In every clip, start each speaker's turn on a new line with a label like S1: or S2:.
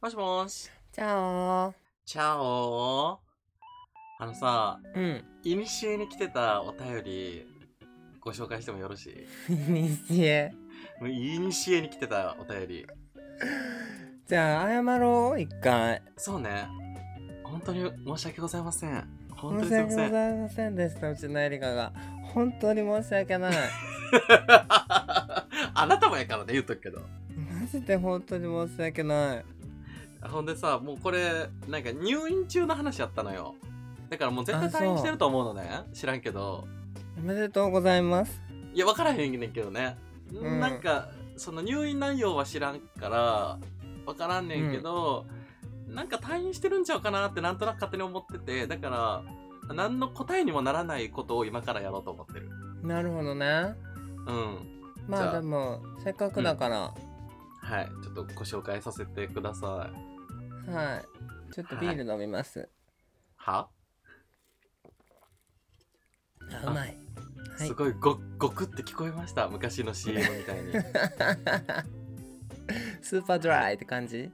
S1: もしもーし。
S2: じゃあ、
S1: チャオあのさ、
S2: うん。
S1: いにしえに来てたお便り、ご紹介してもよろしい
S2: にしえ。
S1: もういにしえに来てたお便り。
S2: じゃあ、謝ろう、一回。
S1: そうね。本当に申し訳ございません。本当
S2: 申
S1: にす
S2: し
S1: いま
S2: 訳
S1: せ
S2: ご
S1: ん。
S2: ざいませんでした、うちのエリカが。本当に申し 訳ない。
S1: あなたもやからね、言っとくけど。
S2: マジで本当に申し訳ない。
S1: ほんでさ、もうこれ、なんか入院中の話やったのよ。だからもう絶対
S2: あそう
S1: 退院してると思うのね。知らんけど。
S2: おめでとうございます。
S1: いや、分からへんねんけどね。
S2: うん
S1: なんか、その入院内容は知らんから、分からんねんけど、なんか退院してるんちゃうかなってなんとなく勝手に思ってて、だから、何の答えにもならないことを今からやろうと思ってる。
S2: なるほどね。
S1: うん。じ
S2: ま
S1: ゃ
S2: あ
S1: あ
S2: でも、せっかくだから、
S1: はい。ちょっとご紹介させてください。
S2: はい。ちょっとビール飲みます。
S1: は、
S2: あうまい。は
S1: す
S2: い。
S1: ごいご、ごくって聞こえました。昔の CM みたいに。
S2: スーパードライって感じ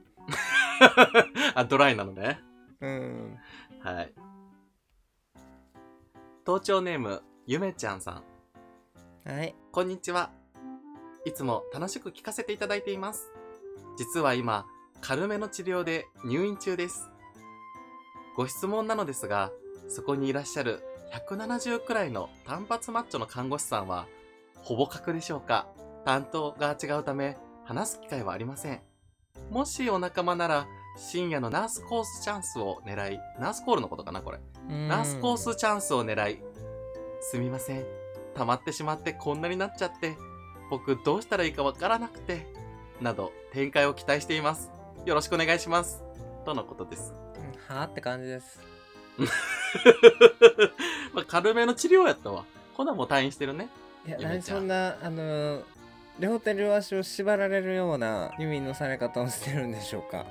S1: あ、ドライなのね。
S2: うん。
S1: はい。東京ネーム、ゆめちゃんさん。
S2: はい。
S1: こんにちは。いつも楽しく聞かせていただいています。実は今、軽めの治療で入院中です。ご質問なのですが、そこにいらっしゃる170くらいの単発マッチョの看護師さんは、ほぼ格でしょうか担当が違うため、話す機会はありません。もしお仲間なら、深夜のナースコースチャンスを狙い、ナースコールのことかなこれ。ナ
S2: ナ
S1: ースコースチャンスを狙い。すみません。溜まってしまってこんなになっちゃって、僕どうしたらいいかわからなくて、など展開を期待しています。よろしくお願いします。とのことです。
S2: はって感じです。
S1: まあ、軽めの治療やったわ。こんなんもう退院してるね。
S2: いや、
S1: ゆめ
S2: 何
S1: ちゃん
S2: そんな、あの、両手両足を縛られるような入院のされ方をしてるんでしょうか。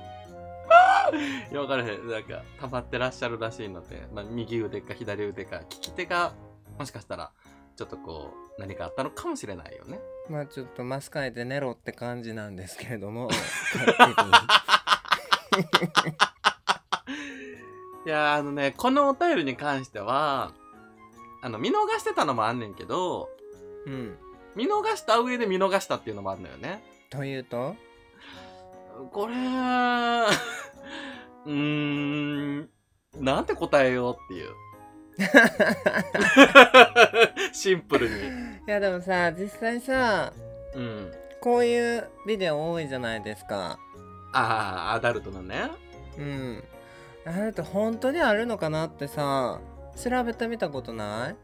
S1: いや、わからへん。なんか、溜まってらっしゃるらしいので、まあ、右腕か左腕か、利き手が、もしかしたら、ちょっとこう、何かあったのかもしれないよね。
S2: まあちょっとマスカイで寝ろって感じなんですけれども。
S1: いやーあのね、このお便りに関しては、あの、見逃してたのもあんねんけど、
S2: うん。
S1: 見逃した上で見逃したっていうのもあるのよね。
S2: というと
S1: これ、う ーん、なんて答えようって いう。シンプルに。
S2: いやでもさ実際さ
S1: うん。
S2: こういうビデオ多いじゃないですか。
S1: ああ、アダルトのね。
S2: うん。あれって本当にあるのかなってさ調べてみたことない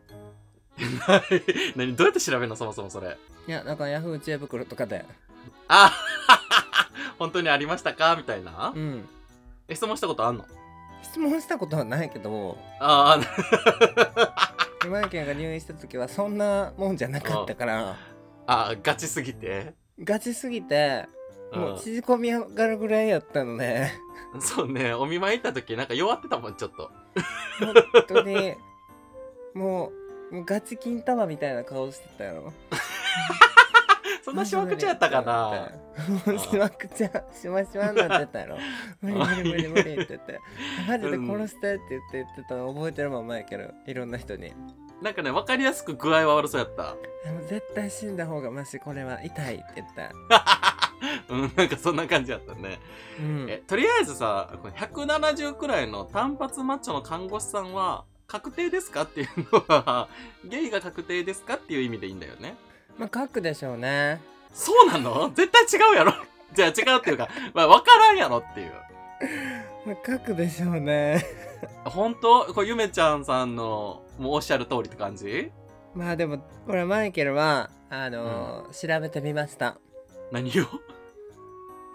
S1: 何、どうやって調べるのそもそもそれ。
S2: いやだからヤフー知恵袋とかで。
S1: あ本当にありましたかみたいな
S2: う。ん。
S1: え質問したことあんの
S2: 質問したことはないけど
S1: ああ、
S2: 今井県が入院した時はそんなもんじゃなかったから
S1: あガチすぎて。
S2: ガチすぎても
S1: う
S2: うん縮こみ上がるぐらいやったので。
S1: そうね、お見舞い行った時なんか弱ってたもん、ちょっと。
S2: 本当にもうもうガチ金玉みたいな顔してたよ
S1: そんなしわくちゃやったかな
S2: もうしわくちゃしわしわになってたやろ無理無理無理無理って言ってマジで殺してって言って言ってたの覚えてるまんまやけどいろんな人に
S1: なんかね、わかりやすく具合は悪そうやった。
S2: でも絶対死んだ方がマシこれは痛いって言った、
S1: うん、なんかそんな感じやったね。
S2: うん、
S1: え、とりあえずさ、この170くらいの単発マッチョの看護師さんは、確定ですかっていうのは、ゲイが確定ですかっていう意味でいいんだよね。
S2: まあ書くでしょうね
S1: そうなの絶対違うやろじゃあ違うっていうか、まあわからんやろっていう。
S2: まあ書くでしょうね
S1: 本当これゆめちゃんさんの、もうおっしゃる通りって感じ
S2: まあでもほらマイケルはあのー調べてみました
S1: 何を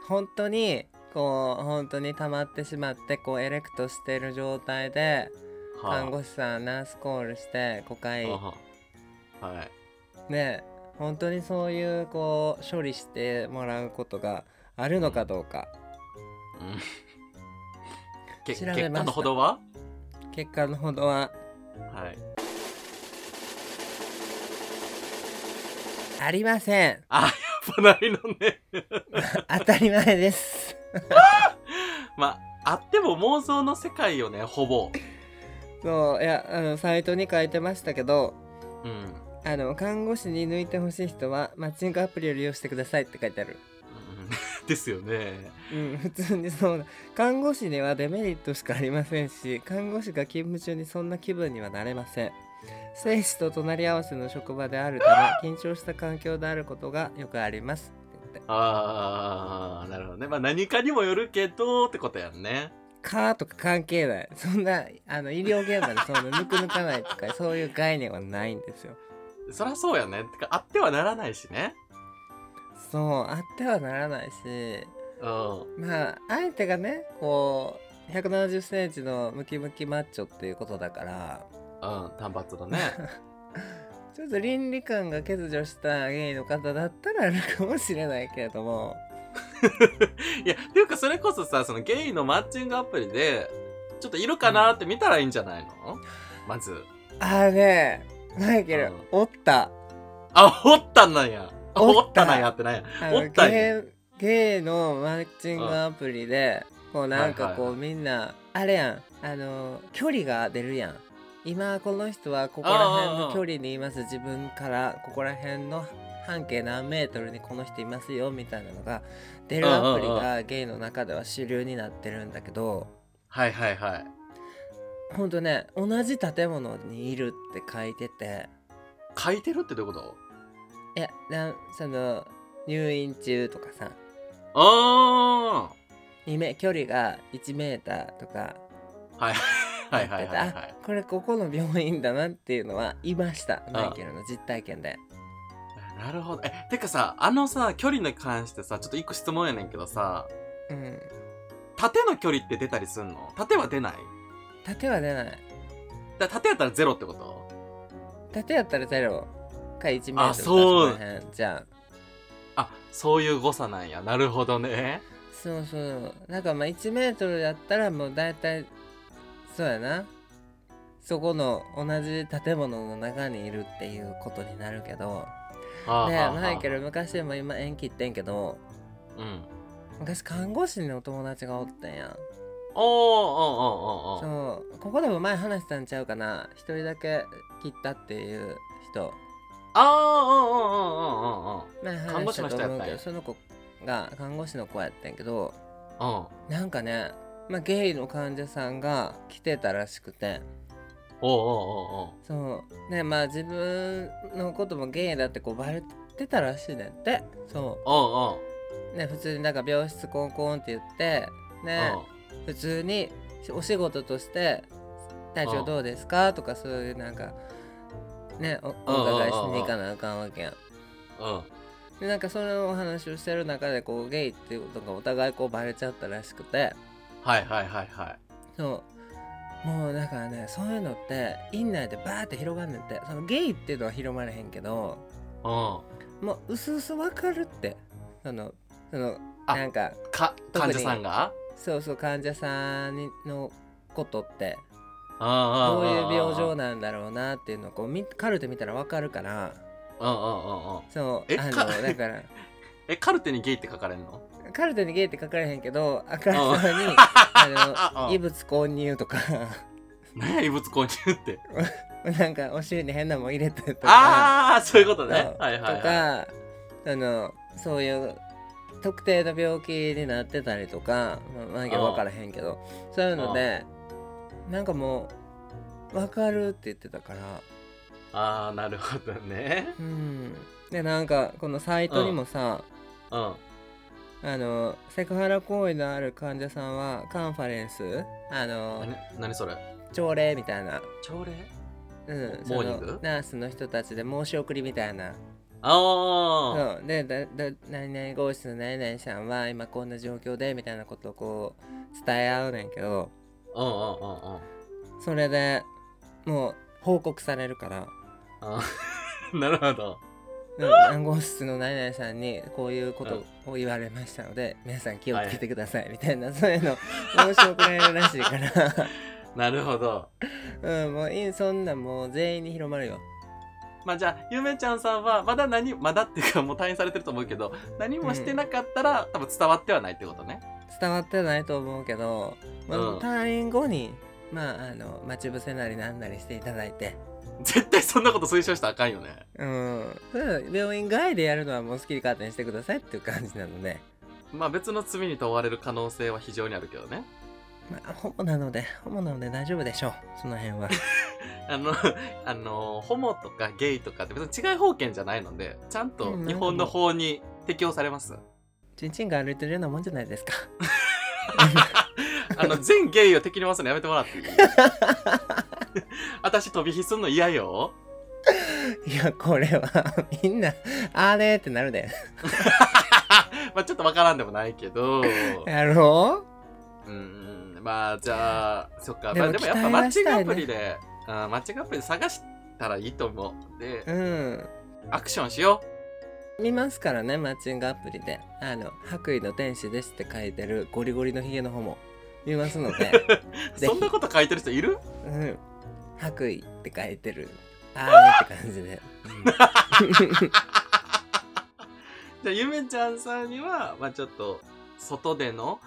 S2: 本当にこう本当に溜まってしまってこうエレクトしてる状態で看護師さんナースコールして5回
S1: あははい。
S2: ね本当にそういうこう処理してもらうことがあるのかどうか
S1: うんけ
S2: 調
S1: 結
S2: べました
S1: 果のほどは
S2: 結果のほどは
S1: はい。
S2: ありません
S1: あ、やっぱないのね。
S2: 当たり前です
S1: まああっても妄想の世界よねほぼ
S2: そういやあのサイトに書いてましたけど
S1: うん
S2: あの看護師に抜いてほしい人はマッチングアプリを利用してくださいって書いてある
S1: うんですよね
S2: うん 普通にそうだ看護師にはデメリットしかありませんし看護師が勤務中にそんな気分にはなれません生死と隣り合わせの職場であるため緊張した環境であることがよくありますって言って
S1: ああなるほどねまあ何かにもよるけどってことやんね
S2: 「か」とか関係ないそんなあの医療現場でそんな抜く抜かないとかそういう概念はないんですよ
S1: そりゃそうやねてかあってはならないしね
S2: そうあってはならないし
S1: うん
S2: まあ相手がねこう1 7 0センチのムキムキマッチョっていうことだから
S1: うん単発 だね
S2: ちょっと倫理観が欠如したゲイの方だったらあるかもしれないけれども
S1: いやっていうかそれこそさそのゲイのマッチングアプリでちょっといるかなって見たらいいんじゃないの、まず
S2: あれねマイケル、
S1: うん
S2: おった
S1: あおったんなんやあ
S2: おっ
S1: お
S2: た
S1: ったなんやってなんや
S2: あの
S1: おったんや
S2: ゲイゲイのマッチングアプリで、こうなんかこう、
S1: はい
S2: みんなあれやんあの距離が出るやん今この人はここら辺の距離にいます自分からここら辺の半径何メートルにこの人いますよみたいなのが出るアプリ
S1: うんうん
S2: がゲイの中では主流になってるんだけど
S1: はいはいはい
S2: ほんとね同じ建物にいるって書いてて
S1: 書いてるってどういうこと
S2: いやなんその入院中とかさ
S1: あ
S2: にめ距離が1メーターとか
S1: ーはいはいはいはいは
S2: あ
S1: い
S2: これここの病院だなっていうのはいました
S1: ん
S2: マイケルの実体験で
S1: なるほどえてかさあのさ距離に関してさちょっと一個質問やねんけどさ
S2: うん
S1: 縦の距離って出たりすんの縦は出ない
S2: 縦は出ない
S1: だ縦やったらゼロってこと
S2: 縦やったらゼロか1メートルか
S1: あそう
S2: そこら辺じゃん
S1: あそういう誤差なんやなるほど ね
S2: そうそうなんかまあ1メートルやったらもう大体そうやなそこの同じ建物の中にいるっていうことになるけど
S1: はあ
S2: ね
S1: はあはあ
S2: マイケル昔も今縁切ってんけど
S1: うん
S2: 昔看護師のお友達がおったんやん
S1: おーおーおーおーおー
S2: そうここでも前話したんちゃうかな一人だけ切ったっていう人
S1: あーおーおーおーおーおー
S2: 前
S1: 看護
S2: 話し
S1: 師の
S2: た
S1: 人
S2: と
S1: やっ
S2: 思う
S1: たん
S2: けど
S1: や
S2: その子が看護師の子やったんやけど
S1: おー
S2: なんかね、まあ、ゲイの患者さんが来てたらしくて
S1: おーおーおーおー
S2: そうねまあ自分のこともゲイだってこうバレてたらしいねんってそ
S1: おーおー
S2: うね普通になんか病室コンコンって言ってね
S1: うん
S2: 普通にお仕事として「体調どうですか?」とかそういうなんかねおお伺いしに行かなあかんわけやん。
S1: うん
S2: でなんかそのお話をしてる中でこうゲイっていうことがお互いこうバレちゃったらしくて
S1: はいはいはいはい
S2: そうもうだからねそういうのって院内でバーって広がんねんってそのゲイっていうのは広まれへんけど
S1: う
S2: もう薄々わかるってそのその
S1: あ
S2: なんか
S1: んか患者さんが
S2: そうそう患者さんにのことってど
S1: ど
S2: ういう病状
S1: な
S2: なんだろうなっていうのをこうみカルテ見たらわかるから
S1: うんうんうんうん
S2: そう
S1: え
S2: あの
S1: か
S2: だから
S1: えカルテにゲイって書かれんの
S2: カルテにゲイって書かれへんけどあから
S1: うん
S2: さまにあ
S1: う
S2: の
S1: ん
S2: 異物混入とか
S1: 何や異物混入って
S2: なんかお尻に変なもん入れてとか
S1: ああそういうこと
S2: そう
S1: ねはいはい
S2: と
S1: はい
S2: かあのそういう特定の病気になってたりとかまあなんか分からへんけどそういうのでなんかもう分かるって言ってたから。
S1: ああなるほどね
S2: うん、でなんかこのサイトにもさ、
S1: うん
S2: あのセクハラ行為のある患者さんはカンファレンスあの
S1: 何何それ
S2: 朝礼みたいな、
S1: 朝礼
S2: うん、
S1: モーニング
S2: そのナースの人たちで申し送りみたいな、
S1: あ
S2: そうでだだ何々号室の何々さんは今こんな状況でみたいなことをこう伝え合うねんけど
S1: あうんうんうんうん
S2: それでもう報告されるから。
S1: あ ーなるほど
S2: うん暗号室の何々さんにこういうことを言われましたので、皆さん気をつけてくださいみたいな、そういうの申し送られるらしいから
S1: なるほど
S2: うんもういいそんなんもう全員に広まるよ
S1: まあじゃあゆめちゃんさんはまだ何まだっていうかもう退院されてると思うけど何もしてなかったら多分伝わってはないってことね
S2: 伝わってないと思うけど、まあ
S1: うん
S2: 退院後にまああの待ち伏せなりなんなりしていただいて
S1: 絶対そんなこと推奨したらあかんよね。
S2: うんそれは病院外でやるのはもう好き勝手にしてくださいっていう感じなので、
S1: まあ別の罪に問われる可能性は非常にあるけどね。
S2: まあ、ホモなのでホモなので大丈夫でしょうそ の辺は
S1: あの、 あの、ホモとかゲイとかって別に違い保険じゃないので、ちゃんと日本の法に適用されます。
S2: チンチンが歩いてるようなもんじゃないですか
S1: あの、全ゲイを敵に回すのやめてもらっていい 私飛び火すんの嫌よ。
S2: いやこれはみんなあれってなるで
S1: まあちょっとわからんでもないけ ど。
S2: やろう
S1: うんうん、まあじゃあ、そっか。
S2: で
S1: ま
S2: も
S1: あでもやっ
S2: 期
S1: ぱ
S2: 待
S1: マ
S2: は
S1: ッチングアプリ
S2: し
S1: で、うんマッチングアプリで探したらいいと思う。で、
S2: うん
S1: アクションしよ
S2: 見ますからねマッチングアプリで「あの白衣の天使です」って書いてるゴリゴリのヒゲの方も見ますの で、
S1: う。
S2: ぜひ
S1: そんなこと書いてる人いる
S2: うん、白衣って書いてるあーって感じで、
S1: じゃあ、ゆめちゃんさんには、まあちょっと、外での、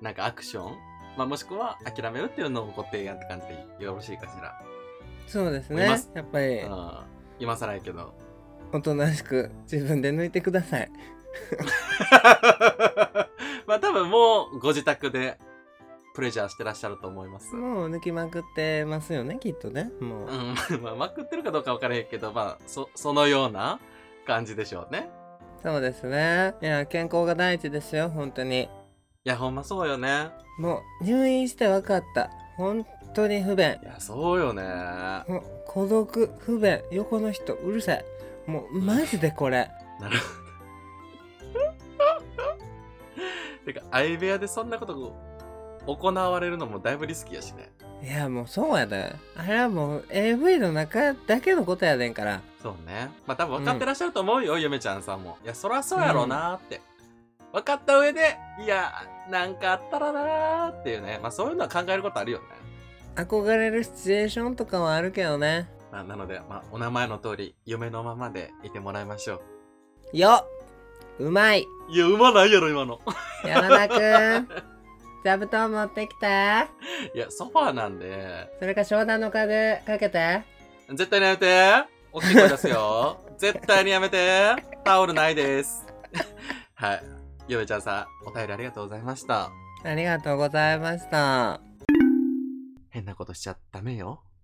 S1: なんかアクション、まあもしくは諦めるっていうのをご提案って感じでよろしいかしら。
S2: そうです
S1: 見
S2: ね
S1: ます
S2: やっぱり
S1: うん、今更やけど。
S2: おとなしく自分で抜いてください
S1: まあ多分もうご自宅でプレジャーしてらっしゃると思います。うん、
S2: もう抜きまくってますよねきっとねもう、
S1: まあまくってるかどうかわからへんけど、まあそ、そのような感じでしょうね。
S2: そうですねいや健康が第一ですよ本当に
S1: いや、ほんまそうよね。
S2: もう入院して分かった本当に不便
S1: いや、そうよね。
S2: もう孤独不便横の人うるさいもうマジでこれ
S1: なるほど。てか、相部屋でそんなことが行われるのもだいぶリスキーやしね。
S2: いやもうそうやであれはもう AV の中だけのことやねんから
S1: そうね。まあ多分分かってらっしゃると思うよ、ゆめちゃんさんも。いや、そらそうやろうなーって。分かった上で、いや、なんかあったらなーっていうね。まあそういうのは考えることあるよね。
S2: 憧れるシチュエーションとかはあるけどね
S1: まあ、なので、まあお名前の通り、夢のままでいてもらいましょ。
S2: よっうまいう
S1: いや、馬ないやろ、今の。
S2: 山田くん座布団持ってきて
S1: いや、ソファーなんで、
S2: それか商談の家具かけて
S1: 絶対にやめて。大きい声出す よ。絶対にやめて。タオルないです。 はい。ゆめちゃんさん、お便りありがとうございました。
S2: ありがとうございました
S1: 変なことしちゃダメよ。